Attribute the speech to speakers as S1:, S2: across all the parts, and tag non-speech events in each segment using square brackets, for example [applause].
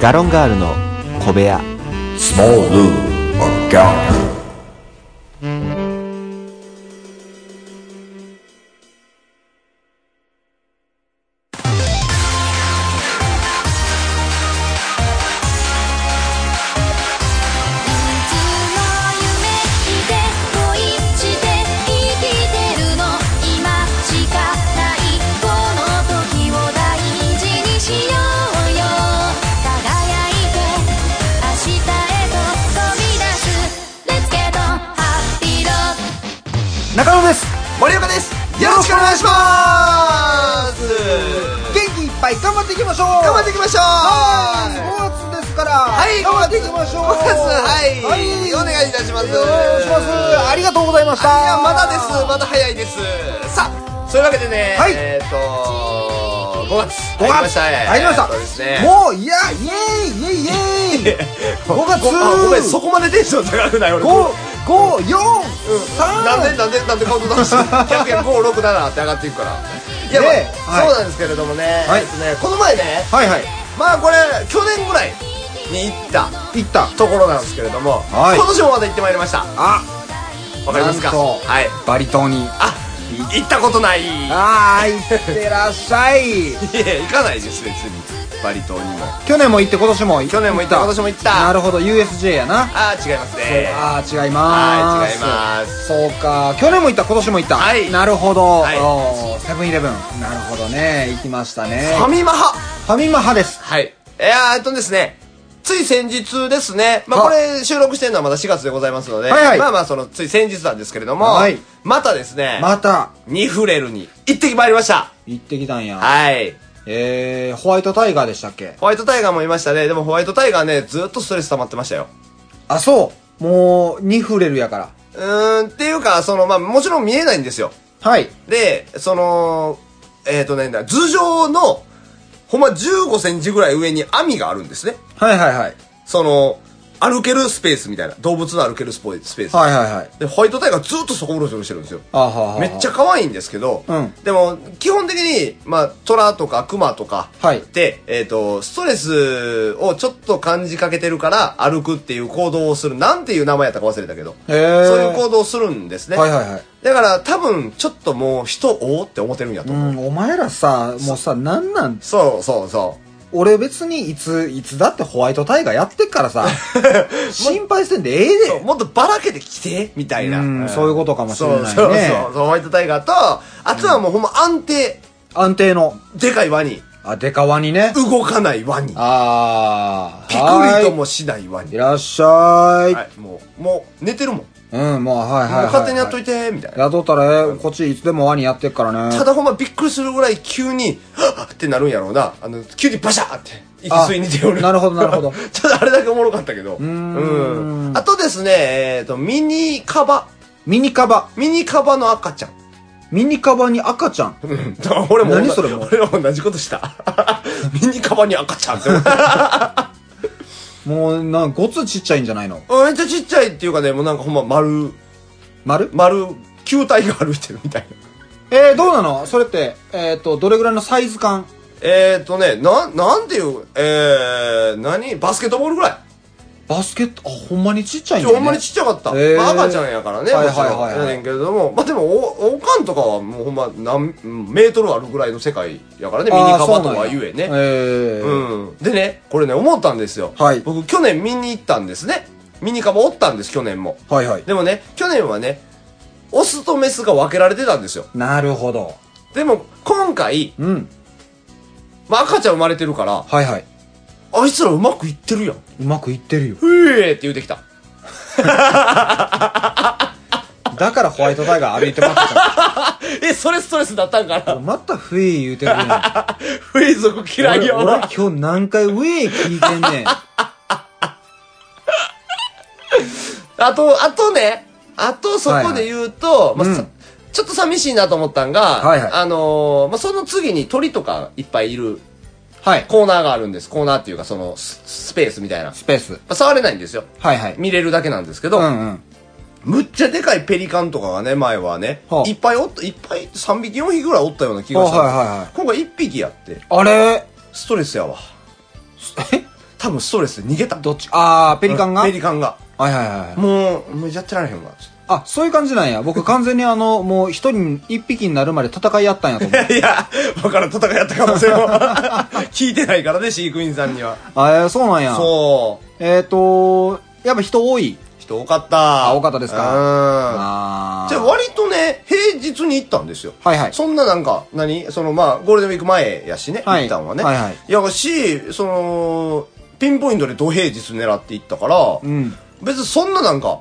S1: ガロンガールの小部屋
S2: Small Lou or Gallo.
S3: いつも夢見て恋して生きてるの今しかないこの時を大事にしようよ輝いて明日へと飛び出す Let's get on Happy Road
S4: 中野です
S5: 森岡ですよろしくお願いします
S4: 元気いっぱい頑張っていきましょう
S5: 頑張っていきましょうは
S4: 5月ですから、
S5: い
S4: 頑張っていきましょう
S5: 5月はい、
S4: はい
S5: お願いいたします
S4: お願いしますありがとうございました
S5: いやまだですまだ早いですさあそういうわけでね、
S4: はい
S5: えっ、と5月
S4: 5
S5: 入りまし
S4: 月
S5: たね
S4: 入りました
S5: そうですね
S4: もういやイエーイイエーイイエーイ5月
S5: [laughs] ごあごめんそこまでテンション高くない俺
S4: 五五四
S5: な
S4: 三
S5: んでなんでなんでカウントダウンして100や567って上がっていくからいや、
S4: ね
S5: まあ
S4: はい
S5: そうなんですけれどもね,、
S4: はい
S5: えっとねこの前ね
S4: はいはい
S5: まあこれ去年ぐらいに行った
S4: 行った
S5: ところなんですけれども、
S4: はい
S5: 今年もまだ行ってまいりました
S4: あ
S5: わかりますか
S4: なんと
S5: はい
S4: バリ島に
S5: あ行ったことないい
S4: ああ行ってらっしゃい
S5: や行かないです別にバリ島にも
S4: 去年も行って今年も行
S5: 去年も行った今年も行った
S4: なるほど USJ やな
S5: あー違いますね
S4: ああ違いま
S5: はい
S4: す
S5: 違います
S4: そうか去年も行った今年も行った
S5: はい
S4: なるほど、
S5: はい
S4: おーセブンイレブンなるほどね行きましたね
S5: ファミマ派
S4: ファミマ派です
S5: はい。いやーえっとですね、つい先日ですね、まあ
S4: は
S5: これ収録してるのはまだ4月でございますので、
S4: はいはい
S5: まあまあそのつい先日なんですけれども、
S4: はい
S5: またですね、
S4: また
S5: ニフレルに行ってまいりました。
S4: 行ってきたんや、
S5: はい。
S4: えー、ホワイトタイガーでしたっけ
S5: ホワイトタイガーもいましたね。でもホワイトタイガーね、ずっとストレス溜まってましたよ。
S4: あそうもうニフレルやから
S5: うーん、っていうか、その、まあもちろん見えないんですよ。
S4: はい
S5: で、その、えっ、とね、頭上の、ほんま15センチぐらい上に網があるんですね。
S4: はいはいはい
S5: その、歩けるスペースみたいな。動物の歩けるスポスペース。
S4: はいはいはい
S5: で、ホワイトタイガーずっとそこうろちょろしてるんですよ。
S4: あははは
S5: めっちゃ可愛いんですけど、
S4: うん
S5: でも、基本的に、まあ、虎とか熊とか、
S4: はい
S5: で、えっ、と、ストレスをちょっと感じかけてるから歩くっていう行動をする、なんていう名前やったか忘れたけど、
S4: へー
S5: そういう行動をするんですね。
S4: はいはいはい
S5: だから、多分、ちょっともう人をって思ってるんや
S4: う
S5: と思う。
S4: ん、お前らさ、もうさ、なんなん、
S5: そうそうそ
S4: 俺別にいつ、いつだってホワイトタイガーやってっから
S5: [laughs]
S4: さ、心配せんでええ
S5: う。そう
S4: で。
S5: もっとばらけてきてみたいな、
S4: うんそういうことかもしれないね
S5: そうそうそうそうホワイトタイガーとあとはもうほんま安定、
S4: 安定の、
S5: でかいワニ
S4: あ、デカワニね。
S5: 動かないワニ
S4: あー、
S5: ピクリと
S4: は
S5: もしないワ
S4: ーいい
S5: ニ。
S4: らっしゃい。
S5: はい、もう、もう、寝てるもん。もう
S4: うん、もう、はいはいはい、はい。
S5: 勝手にやっといて、みたいな。
S4: 雇ったらええ、こっちいつでもワニやってっからね。
S5: ただほんまびっくりするぐらい急に、はっってなるんやろうな。あの、急にバシャーって、息吸いに出よる。
S4: なるほどなるほど
S5: [laughs] ちょっとあれだけおもろかったけど。うんんあとですね、えっ、と、ミニカバ。
S4: ミニカバ。
S5: ミニカバの赤ちゃん。
S4: ミニカバに赤ちゃん。
S5: うん [laughs] 俺も同じ、
S4: 何それもう
S5: 俺らも同じことした。 [laughs] ミニカバに赤ちゃ [laughs] んって。
S4: もう、な、ごつちっちゃいんじゃないの
S5: めっちゃちっちゃいっていうかね、もうなんかほんま丸、
S4: 丸
S5: 丸、球体が歩いてるみたいな。
S4: えー、どうなのそれって、えっ、と、どれぐらいのサイズ感
S5: えー、とね、なん、なんていう、えー、何バスケットボールぐらい。
S4: バスケット、あ、ほんまにちっちゃいん
S5: ち
S4: だ、ね、
S5: ょ、ほんまにちっちゃかった。
S4: へー
S5: まあ赤ちゃんやからね、も
S4: はい
S5: ちろ
S4: はいはいはい
S5: ん。やねんけれども、まあでも、お、おかんとかはもうほんま、何、うんメートルあるぐらいの世界やからね、ミニカバとはゆ
S4: あーそうなん
S5: え
S4: や
S5: ね。
S4: えー
S5: うん。でね、これね、思ったんですよ。
S4: はい
S5: 僕、去年見に行ったんですね。ミニカバおったんです、去年も。
S4: はいはい。
S5: でもね、去年はね、オスとメスが分けられてたんですよ。
S4: なるほど。
S5: でも、今回、
S4: うん。
S5: まあ赤ちゃん生まれてるから、
S4: はいはい。
S5: あいつらうまくいってるやん。
S4: うまくいってるよ。
S5: ふえーって言うてきた。
S4: だからホワイトタイガー歩いてますか。
S5: え、それストレスだったんから
S4: [laughs]
S5: な
S4: またフィー言うてるねん。
S5: フェイ族嫌い
S4: 俺
S5: よ。
S4: 俺今日何回ウェイ聞いてんねん。
S5: あと、あとね、あとそこで言うと、
S4: はいはい
S5: まあさ
S4: うん
S5: ちょっと寂しいなと思ったんが、
S4: はいはい
S5: あのーまあ、その次に鳥とかいっぱいいる
S4: はい。
S5: コーナーがあるんです。コーナーっていうか、そのススペースみたいな。ま
S4: スペース。
S5: あ、触れないんですよ。
S4: はいはい。
S5: 見れるだけなんですけど、
S4: うんうん。
S5: むっちゃでかいペリカンとかがね、前はね、
S4: はあ
S5: いっぱいおった、いっぱい3匹4匹ぐらいおったような気がしたんです。
S4: はいはいはい
S5: 今回1匹やって、
S4: あれ
S5: ストレスやわ。
S4: え
S5: 多分ストレスで逃げた。
S4: どっちああ、ペリカンが
S5: ペリカンが。
S4: はいはいはい。
S5: もう、もうやってられへんわ。ち
S4: あ、そういう感じなんや。僕完全にあの、もう一人、一匹になるまで戦いやったんやと思
S5: ょ
S4: う。
S5: [laughs] っといや、わからん、戦いやった可能性も。 [laughs] 聞いてないからね、飼育員さんには。
S4: あえそうなんや。
S5: そう。
S4: えっ、ー、とやっぱ人多い。
S5: 人多かった。
S4: あ多かったですか
S5: うん。
S4: あー
S5: じゃあ割とね、平日に行ったんですよ。
S4: はいはい
S5: そんななんか、何そのまあ、ゴールデンウィーク前やしね、
S4: はい
S5: 行ったんはね。
S4: はいはい
S5: やし、その、ピンポイントで土平日狙って行ったから、
S4: うん
S5: 別にそんななんか、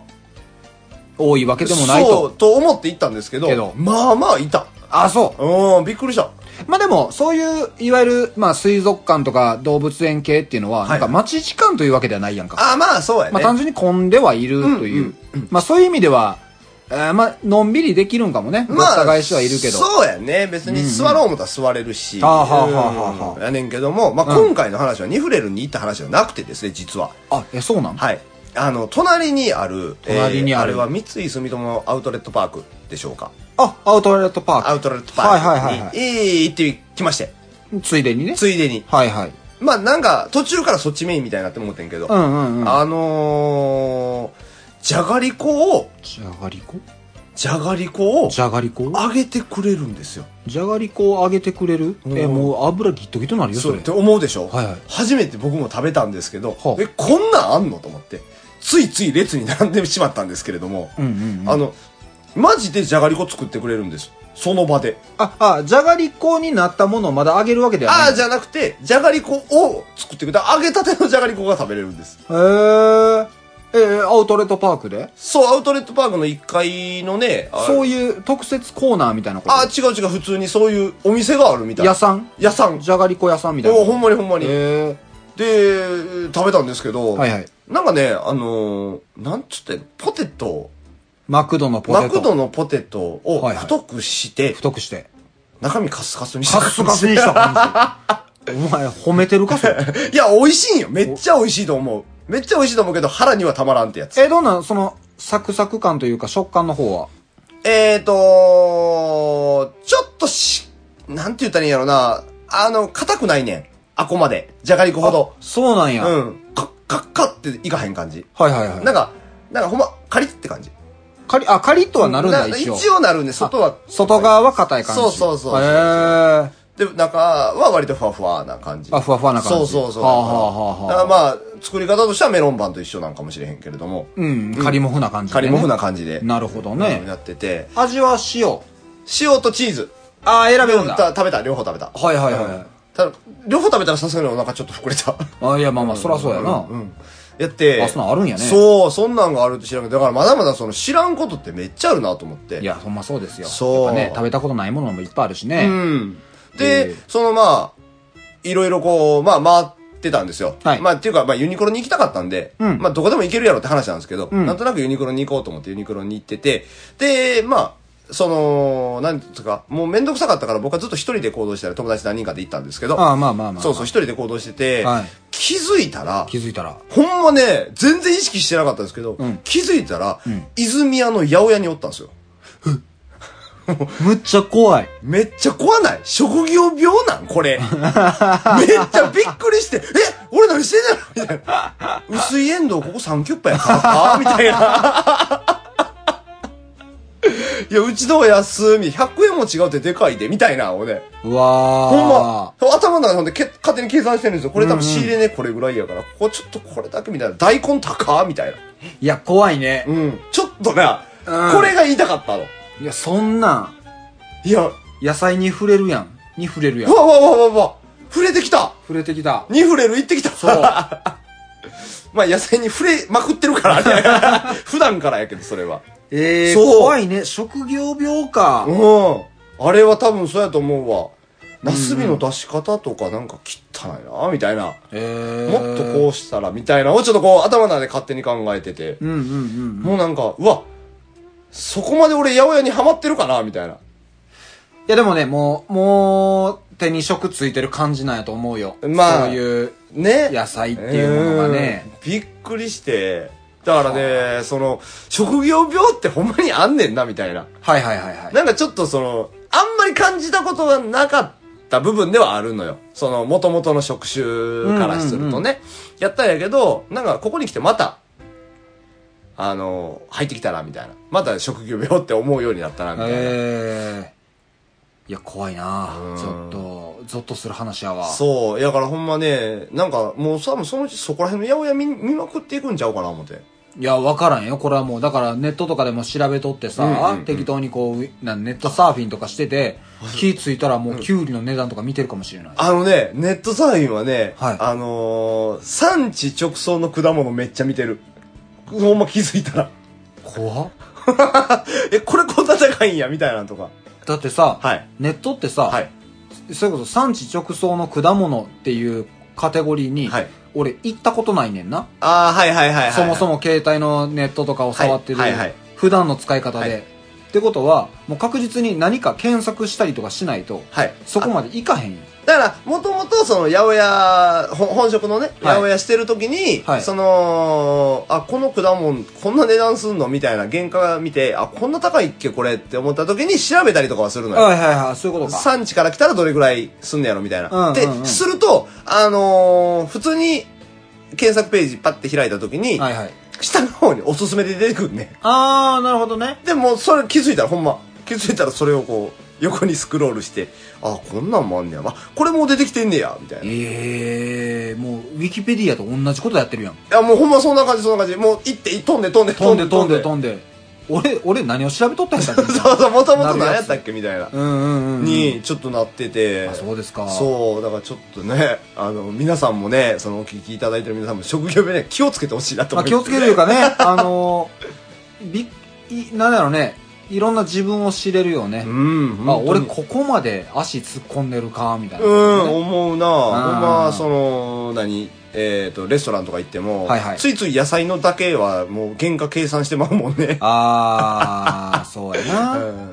S4: 多いわけでもない
S5: そう、
S4: と。
S5: と思って行ったんですけど、
S4: けど
S5: まあまあいた。
S4: あ、そう。
S5: うん、びっくりした。
S4: まあでも、そういう、いわゆる、まあ水族館とか動物園系っていうのは、
S5: い
S4: なんか待ち時間というわけではないやんか。
S5: あまあそうやね。
S4: まあ単純に混んではいるという。まあそういう意味では、えーまあ、のんびりできるんかもね。まあ、互いしはいるけど。
S5: そうやね。別に座ろう思ったら座れるし。
S4: あはあはあはあはあ
S5: うんやねんけども、まあ今回の話はニフレルに行った話じゃなくてですね、実は。
S4: あ、え、そうなん
S5: はい。あの、隣にある、
S4: 隣にある
S5: えーあれは三井住友アウトレットパークでしょうか。
S4: あ、アウトレットパーク。
S5: アウトレットパークに、
S4: はいはいはいはい
S5: えー行ってきまして。
S4: ついでにね。
S5: ついでに。
S4: はいはい。
S5: まあなんか、途中からそっちメインみたいになって思ってんけど、
S4: うんうんうん。
S5: あのー、じゃがりこを、
S4: じゃがりこ
S5: じゃがりこを、
S4: じゃがりこ
S5: あげてくれるんですよ。
S4: じゃがりこを揚げてくれる
S5: ん
S4: え、もう油ギットギトなるよ、そ
S5: そ
S4: う
S5: っ
S4: れ
S5: て。思うでしょ、
S4: はいはい
S5: 初めて僕も食べたんですけど、
S4: はあ
S5: え、こんなんあんのと思って、ついつい列に並んでしまったんですけれども、
S4: うんうんうん。
S5: あの、マジでじゃがりこ作ってくれるんです。その場で。
S4: あ、あ、じゃがりこになったものをまだ揚げるわけではない。
S5: ああ、じゃなくて、じゃがりこを作ってくれた、揚げたてのじゃがりこが食べれるんです。
S4: へーえー、アウトレットパークで
S5: そう、アウトレットパークの1階のね、あ
S4: そういう特設コーナーみたいなこと
S5: あ、違う違う、普通にそういうお店があるみたいな。
S4: 屋さん
S5: 屋さん。
S4: じゃがりこ屋さんみたいな。
S5: おほんまにほんまに。
S4: へー
S5: で、食べたんですけど、
S4: はいはい
S5: なんかね、あのーなんつってんの、ポテト、
S4: マクドのポテト。
S5: マクドのポテトを
S4: はいはい
S5: 太くして、
S4: 太くして。
S5: 中身カスカスにした
S4: カ
S5: 感じ。
S4: スカスにした感
S5: [laughs]
S4: じ。お前、褒めてるかそれ。
S5: いや、美味しいんよ。めっちゃ美味しいと思う。めっちゃ美味しいと思うけど、腹にはたまらんってやつ。
S4: え、どんな、その、サクサク感というか食感の方は。
S5: えーとー、ちょっとし、なんて言ったらいいんやろな。あの、硬くないねん。あこまで。じゃがりこほど。
S4: そうなん
S5: う
S4: や。はい
S5: ん。カッカッカッっていかへん感じ。
S4: はいはい。
S5: なんか、なんかほんま、カリッって感じ。
S4: カリ、あ、カリッとはなるんだ、一応。
S5: 一応なるんで、外は。
S4: 外側は硬い感じ。
S5: そうそうそうそう
S4: へー
S5: で、中は割とふわふわな感じ。
S4: あふわふわな感じ
S5: そうそうそう。
S4: はあはあはあはあ
S5: だからまあ、作り方としてはメロンパンと一緒なんかもしれへんけれども、
S4: うん、カリモフな感じで、ね。
S5: 仮もふな感じで。
S4: なるほど
S5: うん
S4: ね。
S5: やってて、
S4: 味は塩。
S5: 塩とチーズ。
S4: ああ、選べるんだ。
S5: た食べた、両方食べた。
S4: はいはいはい
S5: うんただ、両方食べたらさすがにお腹ちょっと膨れた。
S4: あいや、まあまあ、そらそうやな。
S5: うん。やって。
S4: あそんなんあるんやね
S5: そう、そんなんがあるって知らんけど、だからまだまだその知らんことってめっちゃあるなと思って。
S4: いや、ほんまそうですよ。
S5: そう
S4: やっぱね、食べたことないものもいっぱいあるし
S5: う
S4: ね。
S5: ん。で、
S4: えー
S5: そのまあ、いろいろこう、まあ回ってたんですよ。
S4: はい
S5: まあっていうか、まあユニクロに行きたかったんで、
S4: うん
S5: まあどこでも行けるやろって話なんですけど、
S4: うん
S5: なんとなくユニクロに行こうと思ってユニクロに行ってて、で、まあ、その、なんつうか、もうめんどくさかったから僕はずっと一人で行動したら友達何人かで行ったんですけど、
S4: ああ、まあまあまあ。
S5: そうそう、一人で行動してて、
S4: はい
S5: 気づいたら、
S4: 気づいたら。
S5: ほんまね、全然意識してなかったんですけど、
S4: うん
S5: 気づいたら、
S4: ん
S5: 泉屋の八百屋におったんですよ。
S4: むっちゃ怖い。
S5: めっちゃ怖ない職業病なん
S4: [laughs]
S5: これ。めっちゃびっくりして、え俺何してんじゃんみたいな。薄いエンドウここ3キュッパやからあみたいな。 [laughs] いや、うちのお休み、100円も違うってでかいで、みたいな、をね。
S4: うわー。
S5: ほんま、頭の中でほんでけ勝手に計算してるんですよ。これ多分仕入れね、これぐらいやから、ここちょっとこれだけみたいな。大根高みたい
S4: い
S5: な。
S4: や、怖いね
S5: う。ん。ちょっとな、
S4: うん
S5: これが言いたかったの。
S4: いや、そんなん、
S5: いや、
S4: 野菜に触れるやん。に触れるやん
S5: う。わうわうわうわうわ、触れてきた
S4: 触れてきた。
S5: に触れる行ってきた。
S4: そう。
S5: [laughs] まあ野菜に触れまくってるからね。
S4: [laughs]
S5: 普段からやけど、それは。
S4: えー、
S5: そう
S4: 怖いね。職業病か
S5: う。ん。あれは多分そうやと思うわ。ナスビの出し方とかなんか汚いな、みたいな。
S4: えー。
S5: もっとこうしたら、みたいなのをちょっとこう頭の中で勝手に考えてて。
S4: う。うんうんうん。
S5: もうなんか、うわ、そこまで俺八百屋にハマってるかな、みたいな。
S4: いやでもね、もう、もう、手に食ついてる感じなんやと思うよ。
S5: ま
S4: そ
S5: あ
S4: ういう、
S5: ね。
S4: 野菜っていうものがね。
S5: うん。びっくりして。だからね、その、職業病ってほんまにあんねんな、みたいな。
S4: はいはいはいはい。
S5: なんかちょっとその、あんまり感じたことがなかったった部分ではあるのよ。その、元々の職種からするとね。
S4: うんうん
S5: やったんやけど、なんか、ここに来てまた、あの、入ってきたな、みたいな。また職業病って思うようになったな、みたいな。
S4: えー、いや、怖いな
S5: うん
S4: ちょっと、ゾッとする話やわ。
S5: そう。だからほんまね、なんか、もうさ、そのうちそこら辺の八百屋見見まくっていくんちゃうかな、思って。
S4: いや、わからんよ。これはもう、だからネットとかでも調べとってさ、
S5: うんうんうん
S4: 適当にこう、なんネットサーフィンとかしてて、火ついたらもう、キュウリの値段とか見てるかもしれない。
S5: あのね、ネットサーフィンはね、
S4: はい
S5: あのー、産地直送の果物めっちゃ見てる。ほんま気づいたら。 [laughs]
S4: 怖っ
S5: え、これこんな高いんや、みたいなのとか。
S4: だってさ、
S5: はい
S4: ネットってさ、
S5: はい。
S4: それこそ産地直送の果物っていうカテゴリーに、
S5: はい
S4: 俺行ったことないねんな。
S5: ああ、はいはいはいはい。
S4: そもそ
S5: も。
S4: も携帯のネットとかを触ってる、
S5: はいはいはい
S4: 普段の使い方で。
S5: はい
S4: ってことは、もう確実に何か検索したりとかしないと、
S5: はい。
S4: そこまでいかへんよ。
S5: だから、もともとその八百屋、ほ本職のね、八百屋してる時に、
S4: はい
S5: その、あ、この果物、こんな値段すんのみたいな、原価見て、あ、こんな高いっけ、これって思った時に調べたりとかはするのよ。
S4: はいはいはい、そういうことか。
S5: 産地から来たらどれぐらいすんのやろみたいな。
S4: うんうんうん
S5: で、すると、あのー普通に検索ページパッて開いた時に、
S4: はいはい。
S5: 下の方におすすめで出てくるね。
S4: あー、なるほどね。
S5: でも、それ気づいたら、ほんま、気づいたらそれをこう、横にスクロールして、あ、こんなんもあんねや。あ、これもう出てきてんねや、みたいな。い
S4: ええー、もう、ウィキペディアと同じことやってるやん。
S5: や、もうほんまそんな感じ、そんな感じ。もう、行って、飛んで、飛んで、
S4: 飛んで飛んで飛んで。俺、俺何を調べとったんやったっけ
S5: [laughs] そうそう、もともと
S4: なる
S5: 何
S4: や
S5: や
S4: つ
S5: ったっけみたいな。
S4: うんうんうん。
S5: に、ちょっとなってて。
S4: あ、そうですか。
S5: そう、だからちょっとね、あの、皆さんもね、そのお聞きいただいてる皆さんも職業病ね、気をつけてほしいなと
S4: ま
S5: 思
S4: あ、
S5: いま
S4: 気
S5: す。
S4: をつけるというかね、あのー、びい、なんだろうね、いろんな自分を知れるよね
S5: う。ん、
S4: あ、
S5: 本当
S4: 俺
S5: に
S4: ここまで足突っ込んでるか、みたいな。
S5: うん、思うな
S4: ー
S5: ほんま、その、何えっ、と、レストランとか行っても、
S4: はいはい
S5: ついつい野菜のだけはもう原価計算してまうもんね。
S4: あー、そうや
S5: [laughs] う
S4: な。
S5: ん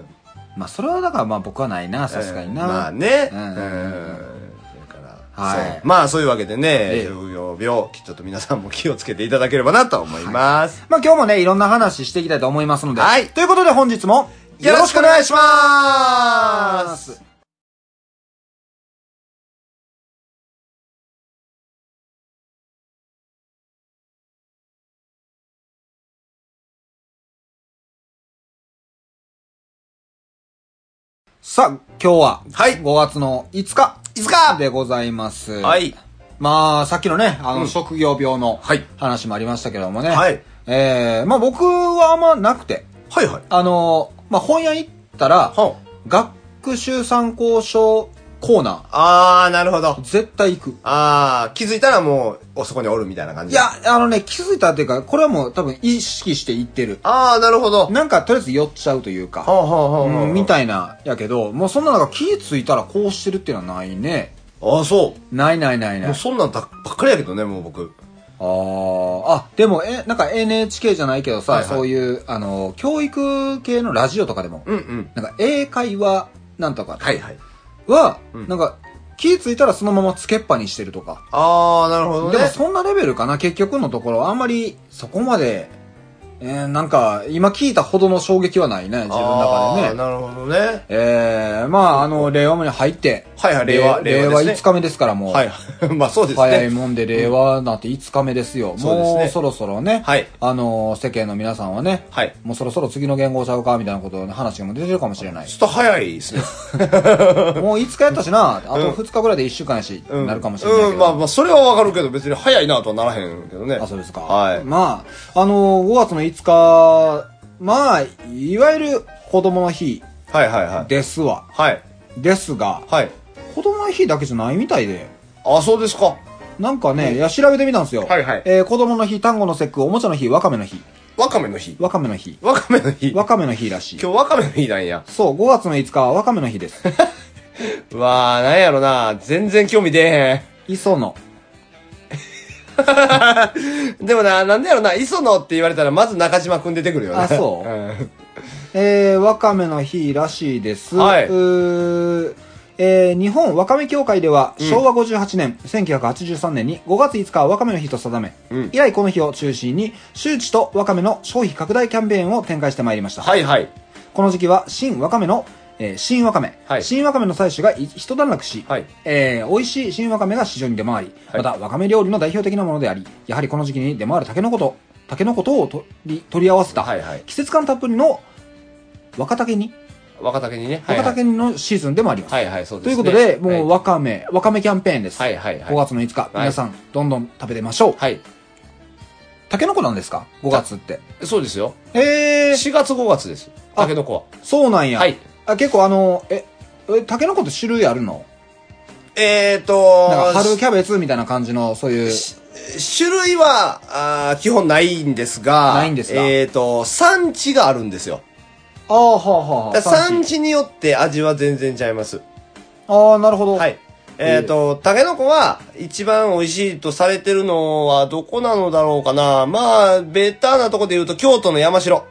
S4: まあ、それはだからまあ僕はないな、さすがにな。
S5: うんまあね。
S4: う
S5: うんん。だから
S4: はい
S5: そうまあそういうわけで
S4: ええ
S5: ね、職業病、ちょっと皆さんも気をつけていただければなと思います。
S4: まあ今日もね、いろんな話していきたいと思いますので。
S5: はい
S4: ということで本日も
S5: よろしくお
S4: いし
S5: 願いします
S4: さあ、今日は、
S5: はい
S4: 5月の5日。
S5: 5日
S4: でございます。
S5: はい。
S4: まあ、さっきのね、あ
S5: う
S4: の、
S5: ん
S4: 職業病の
S5: はい
S4: 話もありましたけどもね。
S5: はい
S4: えー、まあ僕はあんまなくて、
S5: はいはい。
S4: あの、まあ本屋行ったら、
S5: は
S4: 学習参考書コーナ
S5: ああー、なるほ
S4: ー、
S5: ど。
S4: 絶対行く。
S5: ああ、気づいたらもう、おそこにおるみたいな感
S4: い
S5: じ。
S4: や。、あのね、気づいたっていうか、これはもう多分意識して行ってる。
S5: ああ、なるほど。
S4: なんかとりあえず寄っちゃうという
S5: ほう
S4: か、
S5: ほうほうほ
S4: う
S5: う。
S4: んみたいな、やけど、もうそんな中気ついたらこうしてるっていうのはないね。
S5: ああ、そ。
S4: ないないないうな
S5: も。
S4: いう
S5: そんなんばっかりやけどね、もう僕。
S4: あーあ、でも、え、なんか NHK じゃないけどさ、
S5: はいはい
S4: そういう、あの、教育系のラジオとかでも、
S5: うんうん。
S4: なんか英会話なんとか
S5: はいはい。
S4: は、
S5: うん
S4: なんか気ついたらそのままつけっぱにしてるとか。
S5: ああ、なるほどね。
S4: でもそんなレベルかな、結局のところ、あんまりそこまで、えー、なんか、今聞いたほどの衝撃はないね、自分の中で
S5: あ
S4: ね
S5: ー。なるほどね。
S4: えー、まあ、あの、令和もに入って。
S5: はいはい令和
S4: 令
S5: 令
S4: 和
S5: 和ですね
S4: 5日目ですから、もう。
S5: はい。 [laughs] まあそうですね。
S4: 早いもんで、令和なんて5日目ですよ。
S5: そうですね
S4: もうそろそろね。
S5: はい
S4: あの、世間の皆さんはね。
S5: はい
S4: もうそろそろ次の言語ちゃうか、みたいなことの話がもう出てるかもしれない
S5: ちょ。っと早いですね。
S4: [laughs] もう5日やったしな、あと2日ぐらいで1週間やし、
S5: うん
S4: なるかもしれないけど。
S5: うん、まあまあ、それはわかるけど、別に早いなとはならへんけどね。
S4: あ、そうですか。
S5: はい。
S4: まあ、あの、5月の5日、まあ、いわゆる子供の日
S5: はいはいはい。
S4: ですわ。
S5: はい。
S4: ですが、
S5: はい。
S4: 子供の日だけじゃないみたいで。
S5: あ、そうですか。
S4: なんかね、いや、調べてみたんですよ。
S5: はいはい
S4: えー子供の日、単語の節句、おもちゃの日、わかめの日。
S5: わかめの日。
S4: わかめの日。
S5: わかめの日。今
S4: わかめの日らしい
S5: 日。わかめの日なんや。
S4: そう、5月の5日はわかめの日です。
S5: [laughs] うわー、なんやろな。全然興味出え
S4: 磯野。
S5: へん。でもな、なんでやろな。磯野って言われたら、まず中島くん出てくるよね。
S4: あ
S5: [laughs]
S4: そう
S5: ん
S4: えー、わかめの日らしいです。
S5: はいう
S4: ーえー日本わかめ協会では、
S5: ん
S4: 昭和58年、1983年に5月5日はわかめの日と定め、
S5: うん
S4: 以来この日を中心に、周知とわかめの消費拡大キャンペーンを展開してまいりました。
S5: はいはい。
S4: この時期は新わかめの、えー新わかめ、
S5: はい
S4: 新わかめの採取がい一段落し、
S5: はい
S4: えー美味しい新わかめが市場に出回り、
S5: はい
S4: またわかめ料理の代表的なものでありやはりこの時期に出回るタケノコとタケノコ等を取り取り合わせた、
S5: はいはい
S4: 季節感たっぷりの若竹に、
S5: 若竹にね。
S4: 若竹煮のシーズンでもあります、
S5: はいはい、そう
S4: と
S5: で
S4: いう
S5: す
S4: こ
S5: ね。
S4: とで、もう
S5: は
S4: わかめ、わかめキャンペーンです。
S5: いはいはい
S4: 5
S5: はい。
S4: 月の5日、
S5: い
S4: 皆さん、どんどん食べてましょう。
S5: はい。
S4: タケノコなんですか ?5 月って。
S5: そうですよ。
S4: えー、
S5: 4月5月です。
S4: あ
S5: タケノコ
S4: そうなん
S5: は。
S4: や。
S5: はい。
S4: あ結構あの、え、えタケノコって種類あるの
S5: えーと
S4: なんか春キャベツみたいな感じの、そういう。
S5: 種類は、あー基本ないんですが、
S4: ないんですか
S5: えっ、と、産地があるんですよ。
S4: ああ、はあは
S5: だから産
S4: 産地
S5: 地によって味は全然違います。
S4: ああ、なるほど。
S5: はい。えっ、と、タケノコは一番美味しいとされてるのはどこなのだろうかな。まあ、ベターなとこで言うと京都の山城。 [laughs]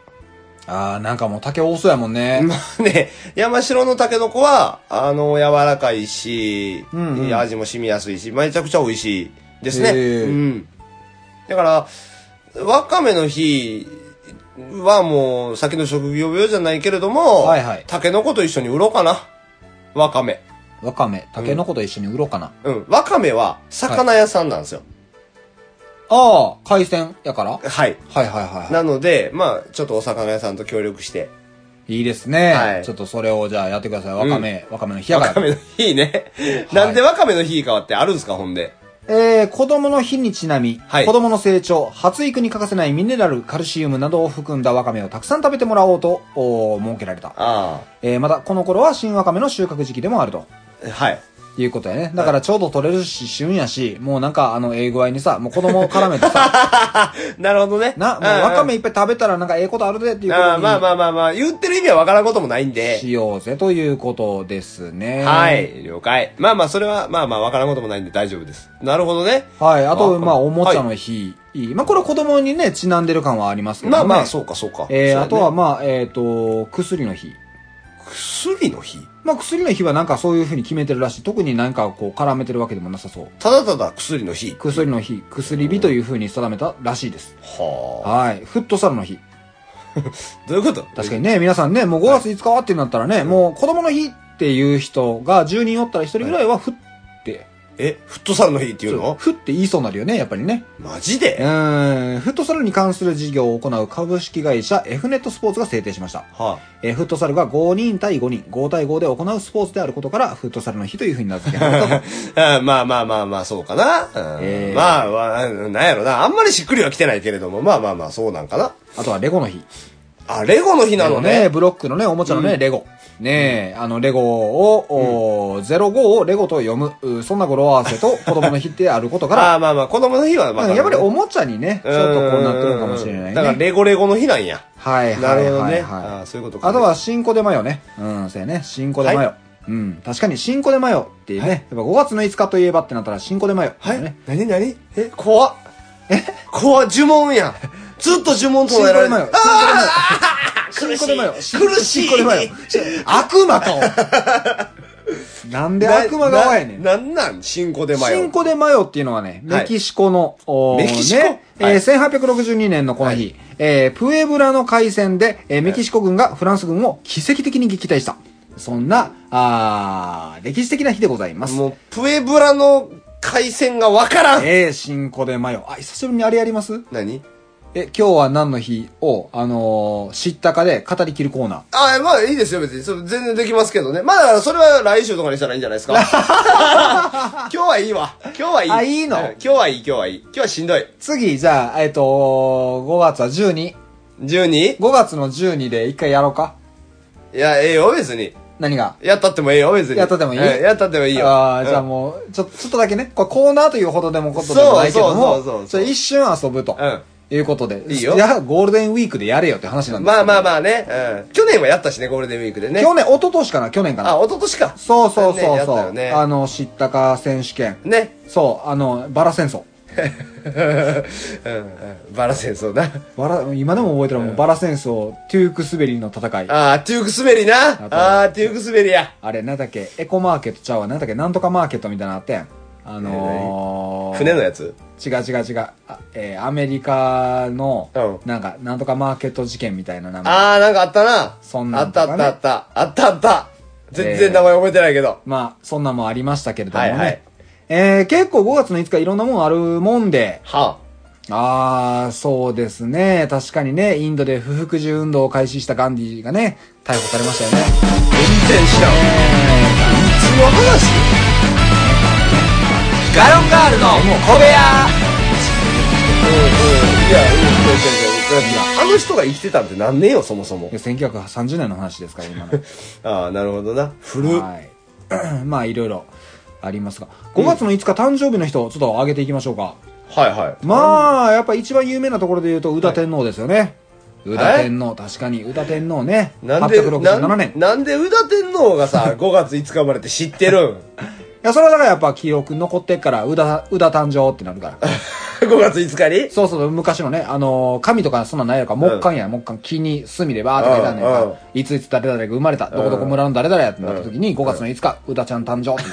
S4: ああ、なんかもう竹多そうやもんね。
S5: まあね、山城のタケノコは、あの、柔らかいし、
S4: うんうん
S5: いい味も染みやすいし、めちゃくちゃ美味しいですね。
S4: へえ
S5: うん。だから、わかめの日はもう、先の職業病じゃないけれども、
S4: はいはい
S5: タケノコと一緒に売ろうかな。わかめ。
S4: わかめ、タケノコと一緒に売ろうかな。
S5: うん。わかめは、魚屋さんなんですよ。
S4: ああ、海鮮やからはい
S5: はい
S4: はいはいは
S5: なので、まあ、ちょっとお魚屋さんと協力して、
S4: い。いいですね。
S5: はい
S4: ちょっとそれをじゃあやってください。わかめ、わかめの冷や
S5: わ
S4: か
S5: か
S4: ら。
S5: めの日ね。なんでわかめの日かってあるんですか、ほんで。
S4: えー、子供の日にちなみ、
S5: はい
S4: 子供の成長、発育に欠かせないミネラル、カルシウムなどを含んだワカメをたくさん食べてもらおうと、おー設けられた。
S5: あ
S4: えー、また、この頃は新ワカメの収穫時期でもあると。
S5: あ。はい。
S4: いうことやね。だからちょうど取れるし、旬やし、もうなんかあの、ええ具合にさ、もう子供を絡めて
S5: [laughs]
S4: さ、
S5: なるほどね。
S4: な、もう
S5: ああ
S4: ワカメいっぱい食べたらなんかええことあるでっていうこ
S5: ああ
S4: と
S5: まあま
S4: に
S5: あまあまあ、言ってる意味はわからんこともないんで。
S4: しようぜということですね。
S5: はい、了解。まあまあ、それは、まあまあ、わからんこともないんで大丈夫です。なるほどね。
S4: はい。あと、
S5: あ
S4: まあ、おもちゃ
S5: は
S4: の日。いいまあ、これは子供にね、ちなんでる感はありますけどね。
S5: まあまあ、そうか、そうか。
S4: え
S5: そ
S4: ー、
S5: うや
S4: あ
S5: ね
S4: とは、、まあ、えっ、と、薬の日。
S5: 薬の日
S4: まあ、薬の日はなんかそういう風に決めてるらしい。特になんかこう、絡めてるわけでもなさそう。
S5: ただただ薬の日。
S4: 薬の日、薬日という風に定めたらしいです。
S5: はあ。
S4: はい。フットサルの日。
S5: どういうこと
S4: 確かにね、皆さんね、もう5月5日ってなったらね、もう子供の日っていう人が10人おったら1人ぐらいはフッって、
S5: え、フットサルの日っていうの
S4: フッって言いそうになるよね、やっぱりね。
S5: マジ
S4: う
S5: で
S4: ーん、フットサルに関する事業を行う株式会社 F ネットスポーツが制定しました。
S5: は
S4: えーフットサルが5人対5人、5対5で行うスポーツであることから、フットサルの日というふうに名付けられたと。
S5: [laughs] あ。あまあまあまあまあ、そうかな。うん
S4: えー
S5: まあ、わなんやろな。あんまりしっくりは来てないけれども、まあまあまあ、そうなんかな。
S4: あとはレゴの日。
S5: あ、レゴの日なの
S4: レゴ
S5: ね。
S4: ブロックのね、おもちゃのね、
S5: うん
S4: レゴ。ねえ、あの、レゴを、おー05をレゴと読む、うそんな語呂合わせと子供の日であることか
S5: [laughs] あ
S4: ら、
S5: あ、まあまあ、子供の日はまあ、
S4: うんやっぱりおもちゃにね、ちょっとこうなってるのかもしれない
S5: だから
S4: ね。
S5: レゴレゴの日なんや。
S4: はい
S5: な
S4: はい
S5: るほど
S4: は
S5: ね。
S4: い
S5: あ
S4: は
S5: あ、そういうこと
S4: い。あとは、、新子でマヨね。うん、そうやね。新子でマヨ。うん、確かに新子でマヨっていうね、
S5: はい
S4: やっぱ5月の5日といえばってなったら新子でマヨ。
S5: はい
S4: ね。
S5: 何何え、怖っ。え怖っ、呪文やん。ずっと呪文唱えられる。あ
S4: 新子でマヨ。
S5: [laughs] 苦しい
S4: 新子でマヨ。
S5: 苦しい
S4: 新子でマヨ。
S5: [laughs]
S4: 悪魔かおなんで悪魔側やねん。
S5: ななんなん新古でマヨ。
S4: シンコでマヨっていうのはね、
S5: はい
S4: メキシコの、おー
S5: メキシコ
S4: ねえー
S5: はい
S4: 1862年のこの日、えープエブラの海戦で、えーメキシコ軍がフランス軍を奇跡的に撃退した。そんな、あー歴史的な日でございます。
S5: もう、プエブラの海戦がわからん。
S4: えー、シンコでマヨ。あ、久しぶりにあれやります
S5: 何
S4: え、今日は何の日を、あのー知ったかで語りきるコーナー。
S5: ああ、まあいいですよ、別に。それ全然できますけどね。まあだからそれは来週とかにしたらいいんじゃないで
S4: [laughs]
S5: すか。 [laughs] 今日はいいわ。今日はいい。
S4: あいいの
S5: うん今日はいい、今日はいい。今日はしんどい。
S4: 次、じゃあ、えっ、と5月は12。
S5: 12?
S4: 5月の12で一回やろうか。
S5: いや、ええよ、別に。
S4: 何が
S5: やったってもええよ、別に。
S4: やったってもいい
S5: うんやったってもいいよ。
S4: ああ、じゃあ
S5: うん
S4: もう、ちょ、ちょっとだけね、これコーナーというほどでもことでもないけども、
S5: そうそうそうそう
S4: ちょ一瞬遊ぶと。
S5: うん
S4: いうことで。
S5: いいよ
S4: や、ゴールデンウィークでやれよって話なんです
S5: まあまあ
S4: あ。
S5: まあね、うん。去年はやったしね、ゴールデンウィークでね。
S4: 去年、一昨年かな去年か
S5: あ、
S4: な
S5: 一昨年か。
S4: そうそうそ
S5: 去年
S4: う
S5: やった
S4: そ
S5: よ
S4: う、
S5: ね。
S4: あの、知ったか選手権。
S5: ね。 [laughs]
S4: そう、あの、バラ戦争。
S5: うんうん。バラ戦争な。
S4: バラ、今でも覚えてるもうバラ戦争、トゥークスベリーの戦い。あ
S5: あー、トゥークスベリな。
S4: と
S5: あー、トゥークスベリや。
S4: れ、なんだっけ、エコマーケットちゃうわ、なんだっけ、なんとかマーケットみたいなのあったやん。あのー、
S5: 船のやつ
S4: 違う違う違う。あえーアメリカの
S5: うん、
S4: なんか、なんとかマーケット事件みたいな名前。
S5: あー、なんかあったな。
S4: そんなん
S5: あっ
S4: と
S5: た
S4: か
S5: あ
S4: ね
S5: ったあった。あったあった。全然名前覚えてないけど。
S4: まあ、そんなんもありましたけれどもね。
S5: はいはい
S4: えー、結構5月の5日いろんなもんあるもんで、
S5: は
S4: あー、そうですね。確かにね、インドで不服従運動を開始したガンディーがね、逮捕されましたよね。
S5: あ。全然知らん。普通の話
S4: ガロンガールの小部屋
S5: うんうん。いや、うん、いや、いや、いや、あの人が生きてたんってなんねえよ、そもそも。
S4: 1930年の話ですから、今の。
S5: ああ、なるほどな。古っ。
S4: はい。 [clears throat] まあ、いろいろありますが。5月の5日誕生日の人、ちょっと上げていきましょうか。
S5: はいはい。
S4: まあ、やっぱ一番有名なところで言うと、宇多天皇ですよね。宇多天皇、確かに、宇多天皇ね。
S5: なんで、な
S4: 867
S5: ん
S4: 年。い
S5: なんで宇田天皇
S4: [laughs]
S5: がさ、5月5日生まれって知ってるん
S4: や、それはだからやっぱ記憶に残ってっから、宇多、宇多誕生ってなるから。
S5: ?5 月5日に [laughs]
S4: そうそう、昔のね、あのー神とかそんなんないやろか、木簡や、木簡、木に墨でバーって書いてあんねん
S5: うんうん
S4: か、いついつ誰々が生まれた、どこどこ村の誰々やってなった時に、5月の5日、宇多ちゃん誕生っ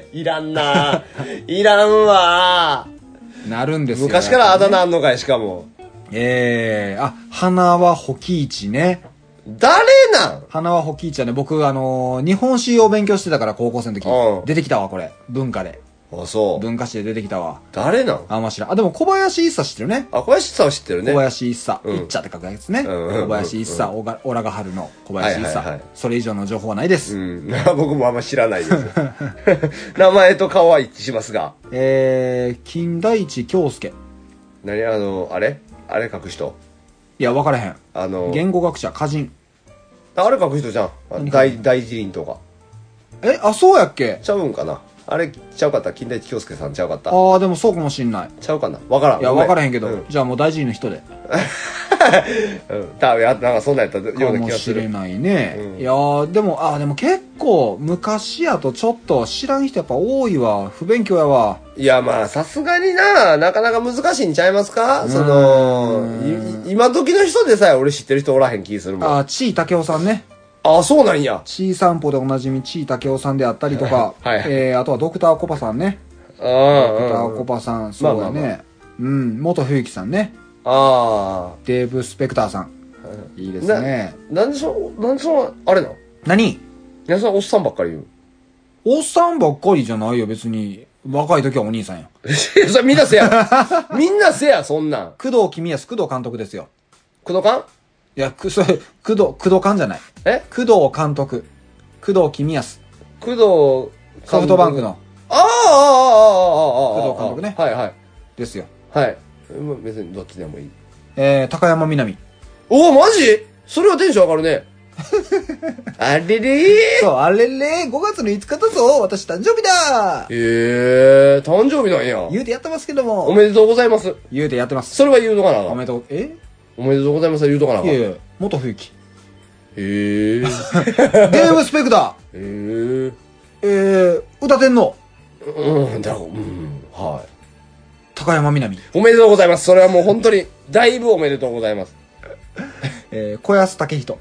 S4: て
S5: いらんな。いらんわ。
S4: なるんですよ。
S5: 昔からあだ名あんのかい、しかも。
S4: ええあ、花はほきいちね。
S5: 誰なん
S4: 花はほきいちはね、僕、あのー日本史を勉強してたから、高校生の時
S5: うん。
S4: 出てきたわ、これ。文化で。
S5: あ、そう。
S4: 文化史で出てきたわ。
S5: 誰なん
S4: あ、まあ知らん。あ、でも小林一茶知ってるね。
S5: あ、小林さんは知ってるね。
S4: 小林一茶。
S5: うん
S4: 一茶って書くやつね。
S5: うんうんうん
S4: 小林一茶、おがオラが春の小林一
S5: はいはい
S4: 茶
S5: はい。
S4: それ以上の情報はないです。
S5: うん。 [laughs] 僕もあんま知らないです。 [laughs] 名前と顔は一致しますが。
S4: えー、金田一京介。
S5: 何あの、あれあれ書く人
S4: いや、分からへん。
S5: あの、
S4: 言語学者、歌人。
S5: あれ書く人じゃん。あ
S4: 何
S5: 大、大辞林とか。
S4: え、あ、そうやっけ
S5: ちゃうんかなあれちゃうかった金田一京介さんちゃうかった
S4: あー、でもそうかもしんない。
S5: ちゃうかなわからん。
S4: いや、
S5: ごめ
S4: 分からへんけ
S5: う
S4: ど。じゃあもう大事の人で。
S5: うん。だ、いや、なんかそんなんやったよ
S4: か
S5: うな気
S4: も
S5: がす
S4: しれ
S5: る。
S4: ないね。
S5: うん
S4: いやー、でも、あー、でも結構、昔やとちょっと知らん人やっぱ多いわ。不勉強やわ。
S5: いや、まあ、さすがにな、なかなか難しいんちゃいますかその、いい今時の人でさえ俺知ってる人おらへん気するもん。あ
S4: あー、ちいたけおさんね。
S5: あ、そうなんや。
S4: ちい散歩でおなじみちいたけおさんであったりとか
S5: [laughs] 、はい
S4: えー、あとはドクターコパさんね。
S5: う
S4: ドク
S5: ん
S4: タ
S5: う
S4: ー
S5: んう
S4: コ
S5: ん。
S4: パさん、そうだね。
S5: まあまあ
S4: うん、元冬木さんね。
S5: あ
S4: デーブ・スペクターさん。いいですね。
S5: あ。なんでそ、なんでその、あれなの
S4: 何
S5: 皆さんおっさんばっかり言う。 [laughs]
S4: おっさんばっかりじゃないよ、別に。若い時はお兄さんや。
S5: いやそれみんな
S4: [laughs]
S5: せや。みんなせや、そんなん。
S4: 工藤公康、工藤監督ですよ。
S5: くのかん
S4: いや、く、 [laughs] それ、工藤、工藤勘じゃない。
S5: え
S4: 工藤監督。工藤公康。
S5: 工藤監督
S4: ソフトバンクの。
S5: ああ、ああ、ああ、ああ、ああ。
S4: 工藤監督ね
S5: はいはい。
S4: ですよ。
S5: はい。まあ別にどっちでもいい。
S4: えー、高山みなみ。
S5: おお、マジそれはテンション上が
S4: [laughs]
S5: るね。あれれー
S4: そう、あれれ、5月の5日だぞ私誕生日だ
S5: ええー、誕生日なんや。
S4: 言うてやってますけど
S5: お
S4: も。
S5: めでとうございます。
S4: 言うてやってます。
S5: それは言うのかな
S4: おめでとう。え
S5: おめでとうございますは言うとかなあ
S4: い
S5: かん
S4: や
S5: へ
S4: いや、元冬木。
S5: え。
S4: [laughs] デーブ・スペクタ
S5: へえ。
S4: ー。えー、歌天皇。
S5: うん、だから、うん、はい。
S4: 高山みなみ。
S5: おめでとうございます。それはもう本当に、だいぶおめでとうございます。
S4: えー、小安武人。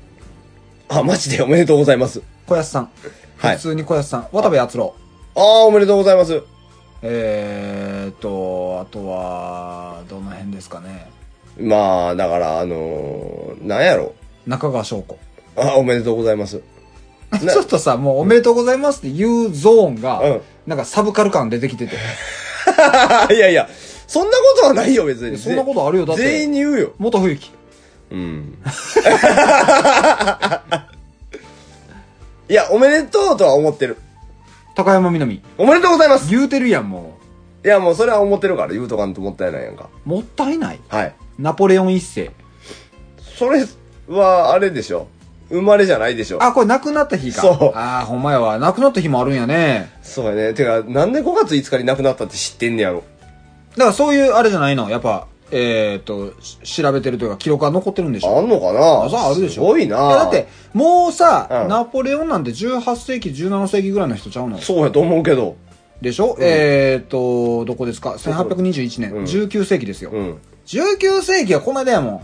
S5: あ、マジでおめでとうございます。
S4: 小安さん。
S5: はい
S4: 普通に小安さん。渡部篤郎。
S5: ああ、おめでとうございます。
S4: えーっと、あとは、どの辺ですかね。
S5: まあ、だから、あのー、なんやろ。
S4: 中川翔子。
S5: あ、おめでとうございます。
S4: [laughs] ちょっとさ、もうおめでとうございますって言うゾーンが、
S5: うん
S4: なんかサブカル感出てきてて。
S5: いやいや、そんなことはないよ、別
S4: い
S5: に。
S4: やそんなことあるよだって
S5: 全員に言うよ。
S4: 元冬木。
S5: うん。 [laughs] いや、おめでとうとは思ってる。
S4: 高山みなみ。
S5: おめでとうございます。
S4: 言うてるやん、も
S5: いや、もうそれは思ってるから、言うとかんともったいないやんか。
S4: う。もったいない。
S5: はい。
S4: ナポレオン一世。
S5: それは、あれでしょ。生まれじゃないでしょ。
S4: あ、これ亡くなった日か。
S5: そう
S4: あー、ほんまやわ。亡くなった日もあるんやね。
S5: そうやね。てか、なんで5月5日に亡くなったって知ってんねやろ。
S4: だからそういう、あれじゃないの。やっぱ、えーっと、し調べてるというか、記録が残ってるんでしょ。
S5: あんのかな
S4: あそうあるでしょ
S5: すごいない
S4: やだって、、もうさ、
S5: うん
S4: ナポレオンなんて18世紀、17世紀ぐらいの人ちゃうの
S5: そうやと思うけど。
S4: でしょ、えーっと、どこですか ?1821 年、
S5: うん
S4: 19世紀ですよ、
S5: うん。
S4: 19世紀はこの間やもん。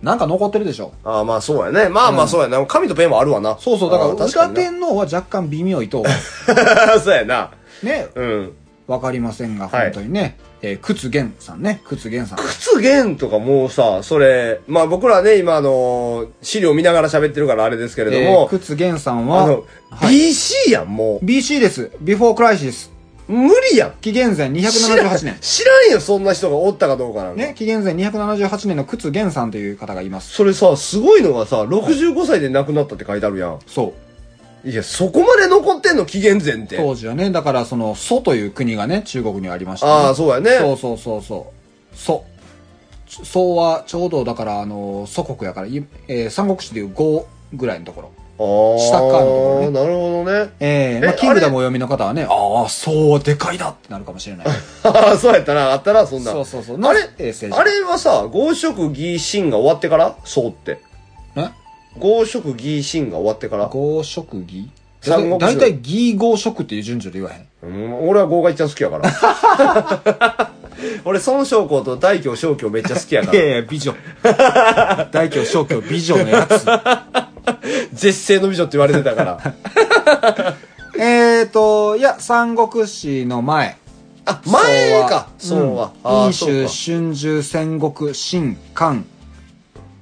S4: なんか残ってるでしょ
S5: ああ、まあそうやね。まあまあそうやな。紙とペンもあるわな。
S4: そうそう、だから、
S5: あー [laughs]
S4: 歌。天皇は若干微妙いと、
S5: 確かになそうやな。
S4: ね、
S5: うん。
S4: わかりませんが、
S5: はい
S4: 本当にね、えー、靴源さんね、靴源さん。
S5: 靴源とかもうさ、それ、まあ僕らね、今あのー、資料見ながら喋ってるからあれですけれど
S4: えー、
S5: も、
S4: 靴源さん
S5: あ
S4: は
S5: の、、BC やん、も
S4: BC です。Before Crisis。
S5: う。無理やん。
S4: 紀元前
S5: 知らん
S4: 278年。
S5: [laughs] 知らんよ、そんな人がおったかどうかなんか。
S4: ね、紀元前278年の靴源さんという方がいます。
S5: それさ、すごいのがさ、65歳で亡くなったって書いてあるやん。
S4: そう。
S5: いや、そこまで残ってんの、紀元前って。
S4: 当時はね、だからその、蘇という国がね、中国にはありました、
S5: ああ、そうやね。
S4: そうそうそうそう。蘇。ち蘇はちょうどだから、あの、祖国やから、いえー三国志でいう5ぐらいのところ。
S5: ああ。
S4: 下っ側のところね
S5: なるほどね。 [laughs]
S4: えー、
S5: え
S4: まあ、キングダ
S5: あ
S4: ムをお読みの方はね、ああ、そう、でかいだってなるかも [laughs] しれない。
S5: ああ、そうやったな。あったな、そんな。
S4: そうそうそう。
S5: あれ
S4: えー政治
S5: あれはさ、合色義神が終わってからそうって。
S4: え
S5: 合色義神が終わってから。
S4: 合色儀
S5: 三国志
S4: だいたい義合色 [laughs] っていう順序で言わへん。
S5: うん、俺は合が一番好きやから。 [laughs] 俺、孫将校と大京将校めっちゃ好きやか
S4: いや
S5: ら。
S4: いや、美女。 [laughs] 大京小京美女のや [laughs] つ。
S5: [laughs] 絶世の美女って言われてた [laughs] から。
S4: えーと、いや、三国志の前。
S5: あ、前か。そうは。あ
S4: 飲
S5: あ、そ
S4: 酒、
S5: うか。
S4: 春秋、戦国、秦、漢。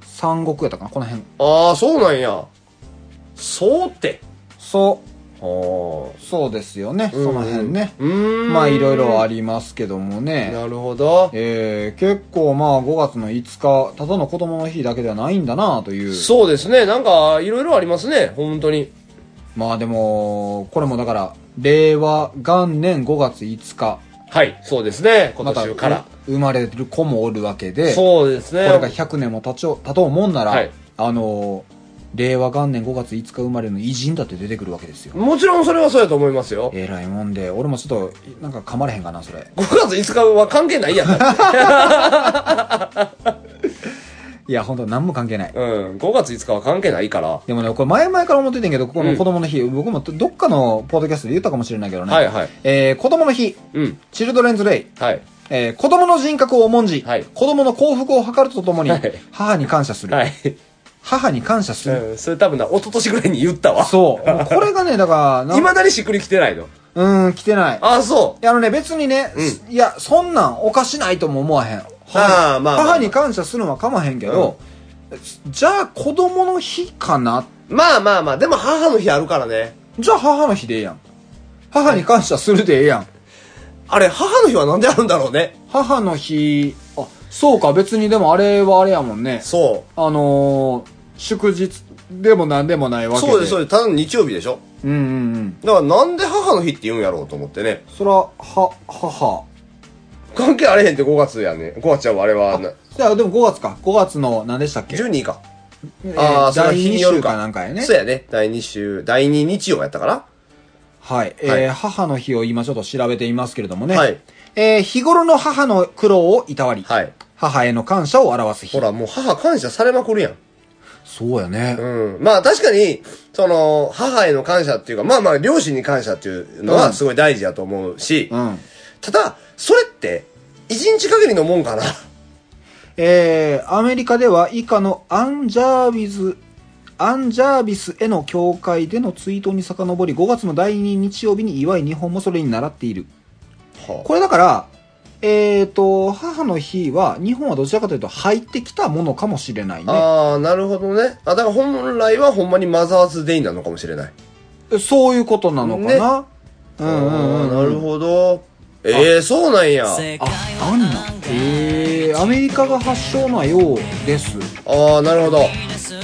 S4: 三国やったかなこの辺。
S5: ああ、そうなんや。そうって。
S4: そ
S5: ああ。
S4: う、そうですよね。
S5: うん
S4: その辺ね。
S5: うーん。
S4: まあ、いろいろありますけどもね。
S5: なるほど。
S4: えー、結構まあ、5月の5日、ただの子供の日だけではないんだなという。
S5: そうですね。なんか、いろいろありますね。本当に。
S4: まあでも、これもだから、令和元年5月5日。
S5: はい、そうですね。今
S4: また
S5: 年から。
S4: 生まれる子もおるわけで、こ
S5: そうですね。
S4: れが100年も経ちょ経とうもんなら、
S5: はい
S4: あのー、令和元年5月5日生まれの偉人だって出てくるわけですよ。
S5: もちろんそれはそうやと思いますよ。
S4: えらいもんで、俺もちょっと、なんか噛まれへんかな、それ。
S5: 5月5日は関係ないやん。
S4: いや、ほんと何も関係ない。
S5: うん、5月5日は関係ないから。
S4: でもね、これ前々から思っててんけど、ここ
S5: う
S4: の
S5: ん
S4: 子供の日、僕もどっかのポッドキャストで言ったかもしれないけどね。
S5: はいはい。
S4: えー、子供の日、
S5: うん、
S4: チルドレンズレイ、
S5: はい。
S4: えー、子供の人格を重んじ、
S5: はい
S4: 子供の幸福を図るとともに、
S5: はい
S4: 母に感謝する。
S5: はい。
S4: 母に感謝する。
S5: [laughs] うん、それ多分な、一昨年ぐらいに言ったわ。
S4: そう。もうこれがね、だから、な
S5: 未だにしっくりきてないの。
S4: うん、来てない。
S5: あ、そ
S4: いやあのね、別にね、
S5: う
S4: いや、そんなんおかしないとも思わへん。
S5: ああまあまあまあ
S4: 母に感謝するのはかまへんけど、じゃあ子供の日かな
S5: う。まあまあまあ、でも母の日あるからね。
S4: じゃあ母の日でええやん。母に感謝するでええやん。
S5: あれ、母の日はなんであるんだろうね。
S4: 母の日、あ、そうか、別にでもあれはあれやもんね。
S5: そ
S4: あのー、祝日でもなんでもないわ
S5: う。
S4: けで。
S5: そうです、そう
S4: う
S5: です。ただの日曜日でしょ。
S4: うんうんうん。
S5: だからなんで母の日って言うんやろうと思ってね。
S4: そら、は、母。
S5: 関係あれへんって5月やね。5月ちゃうわ、あれは。な
S4: じゃあでも5月か。5月の何でしたっけ
S5: 12か。
S4: えー
S5: ああ、それは
S4: 第
S5: 日
S4: 2
S5: によ
S4: 週
S5: るか。
S4: かなんかやね。
S5: そうやね。第2週、第2日曜やったから。
S4: はい。えー
S5: はい
S4: 母の日を今ちょっと調べていますけれどもね。
S5: はい
S4: えー日頃の母の苦労をいたわり、
S5: はい。
S4: 母への感謝を表す日。
S5: ほら、もう母感謝されまくるやん。
S4: そうやね。
S5: うん。まあ確かに、その、母への感謝っていうか、まあまあ、両親に感謝っていうの
S4: う
S5: は
S4: ん
S5: すごい大事だと思うし、
S4: うん。
S5: ただ、それって、一日限りのもんかな。
S4: えーアメリカでは以下のアンジャービズ、アンジャービスへの教会での追悼に遡り、5月の第2日曜日に祝い日本もそれに習っている。これだから、えっ、と、母の日は、日本はどちらかというと入ってきたものかもしれないね。
S5: ああ、なるほどね。あ、だから本来はほんまにマザーズデイなのかもしれない。
S4: そういうことなのかな。うんうんうん。
S5: あーなるほど。ええそうなんや。あ
S4: あ、なんなんえー、アメリカが発祥のようです。
S5: あー、なるほど。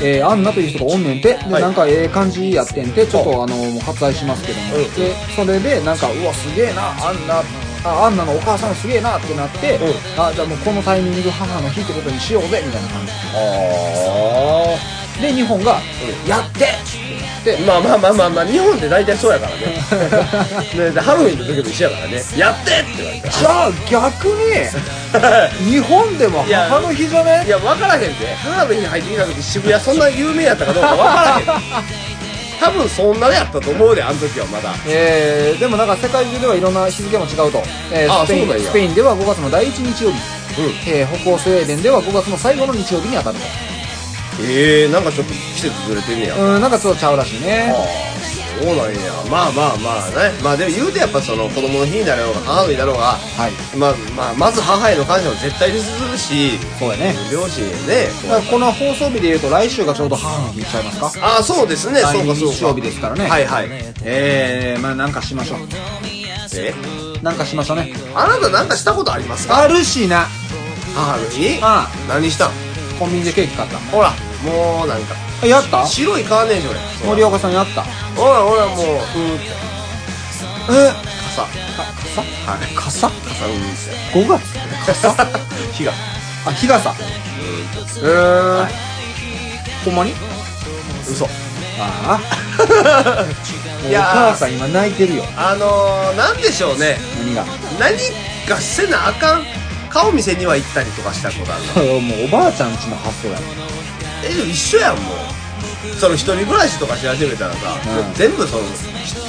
S4: えー、アンナという人がおんねんて、で、
S5: はい
S4: なんかええ感じやってんて、ちょっとあの、もう割愛しますけども、
S5: うん
S4: で、それで、なんか、うわ、すげえな、アンナ、あ、アンナのお母さんすげえなってなって、
S5: う
S4: あ、じゃあもうこのタイミング母の日ってことにしようぜ、みたいな感
S5: ああ。
S4: じ。で、日本が、やってって言って、
S5: まあまあまあまあまあ、日本って大体そうやから
S4: [laughs]
S5: ね。ねでハロウィンの時も一緒やからね。やってって言われた
S4: じゃあ逆に、日本でも母の日じゃ
S5: ら。
S4: ね
S5: いや、分からへんで。母の日に入ってきた時渋谷そんな有名やったかどうか分からへん。多分そんなやったと思うで、あの時はまだ。
S4: えー、でもなんか世界中ではいろんな日付も違うと。えー
S5: あ
S4: スペイン
S5: そうなんや
S4: スペインでは5月の第1日曜日。
S5: うん。
S4: えー、北欧スウェーデンでは5月の最後の日曜日に当たる
S5: ええなんかちょっと季節ずれてんねや。
S4: とうんなんかそうちゃうらしいね
S5: ああ、そそうなんやまあまあまあねまあでも言うてやっぱその子供の日になろうが母の日だろうが
S4: はい
S5: まあまあまず母への感謝は絶対にするし
S4: そうやね
S5: 両親へねこう
S4: だからこの放送日でいうと来週がちょうど母の日にちゃいますか
S5: ああそうですね
S4: 第
S5: そう
S4: 二
S5: かそうか
S4: 日曜日ですからね
S5: はいはい
S4: えー、まあなんかしましょう
S5: え
S4: なんかしましょうね
S5: あなたなんかしたことありますか
S4: あるしな
S5: 母の日
S4: あ
S5: 何したん
S4: コンビニでケーキ買った
S5: ほらもうなんか
S4: あやった
S5: 白いカーネーションや
S4: 森岡さんやった
S5: ほらほらもううん
S4: え
S5: 傘
S4: 傘
S5: はい
S4: 傘
S5: 傘うんですよ
S4: ?5 月
S5: 火が
S4: あ [laughs] 日傘
S5: うーん、
S4: ほんまに
S5: 嘘
S4: ああ
S5: い
S4: い
S5: や
S4: や
S5: ー
S4: お母さん今泣いてるよ
S5: あのー、なんでしょうね
S4: 何 [laughs] が
S5: 何かせなあかん顔見せには行ったりとかしたことあるの
S4: もうおばあちゃんちの発想や
S5: えでも一緒やんもうその一人暮らしとかし始めたらさ、
S4: うん
S5: もう全部その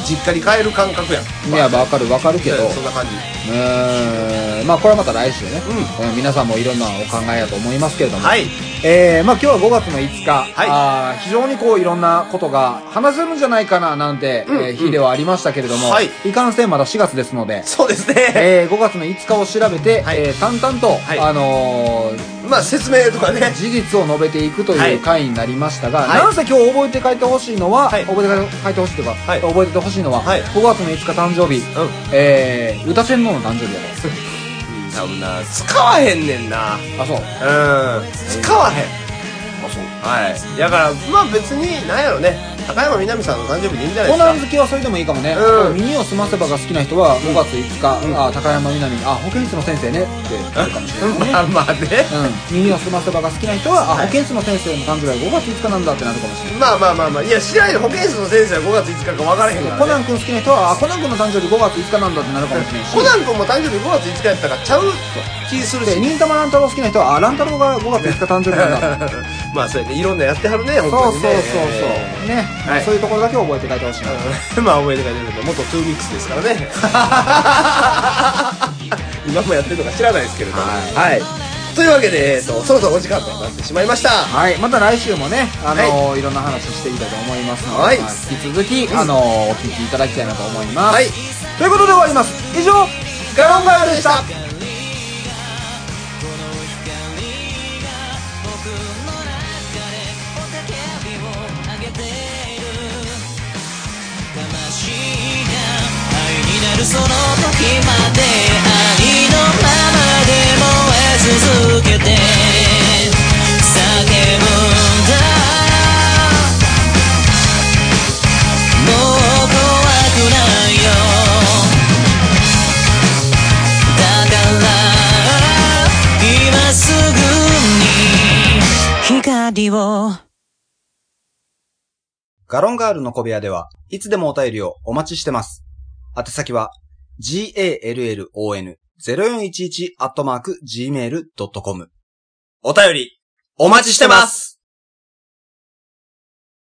S5: 実家に帰る感覚やん
S4: いやわかるわかるけど
S5: そんな感じ
S4: うーんまあこれはまた来週ね、うん、皆さんもいろんなお考えやと思いますけれども、
S5: はい
S4: えーまあ、今日は5月の5日、
S5: はい
S4: あー非常にこういろんなことが話せるんじゃないかななんて、
S5: うん
S4: えー日ではありましたけれども、
S5: はい
S4: かんせんまだ4月ですので、
S5: そうですね、
S4: えー5月の5日を調べて、
S5: はい
S4: えー淡々と、
S5: はい
S4: あのー
S5: まあ説明とかね
S4: 事実を述べていくと
S5: はいいう
S4: 回になりましたが、
S5: はい
S4: なんせ今日覚えて帰ってほしいのは、
S5: はい
S4: 覚えて帰ってほしいというか、
S5: はい
S4: 覚えててほしいのは、
S5: はい
S4: 5月の5日誕生日、
S5: うん
S4: えー、歌天皇の誕生日や
S5: [laughs]
S4: で
S5: 多分な使わへんねんな
S4: あそう
S5: うん使わへんはいだからまあ別になんやろね高山みなみさんの誕生日でいいんじゃないで
S4: コ
S5: すか
S4: ナン好きはそれでもいいかもね、
S5: うん
S4: 耳を澄ませばが好きな人は5月5日、
S5: うん
S4: あ高山みなみあ保健室の先生ねって言るかもしれない、
S5: まあまあね
S4: うん、耳を澄ませばが好きな人は、あ保健室の先生の誕生日は5月5日なんだってなるかもしれない
S5: まあまあまあまあいや知らんよ保健室の先生は5月5日か分からへんから、ね、
S4: コナン君好きな人はあコナン君の誕生日5月5日なんだってなるかもしれないし
S5: コナン君も誕生日5月5日やったからちゃう気するし
S4: で忍たま乱太郎好きな人はあ乱太郎が5月5日誕生日なんだ
S5: まあ [laughs] そうやねいろんなやってはるね
S4: そ
S5: 本
S4: うそう
S5: 当
S4: そう
S5: に
S4: そう
S5: ね
S4: ね、
S5: はい
S4: そういうところだけ覚えて書いてほしいな
S5: うん [laughs] まあ覚えて書いてるけど元トゥーミックスですからね [laughs] 今もやってるのか知らないですけれども
S4: はい
S5: はいというわけで、えー、とそろそろお時間となってしまいました
S4: はい、また来週もね、あのーい、ろんな話していきたいと思いますので、
S5: はい
S4: まあ引き続き、あのーお聞きいただきたいなと思います。
S5: はい
S4: ということで終わります。以上、ガロンガールでした。
S6: になるその時まで愛のままで燃え続けて叫ぶんだもう怖くないよだから今すぐに光を
S1: ガロンガールの小部屋では、いつでもお便りをお待ちしてます。宛先は、gallon0411-gmail.com。
S5: お便りお待ちしてます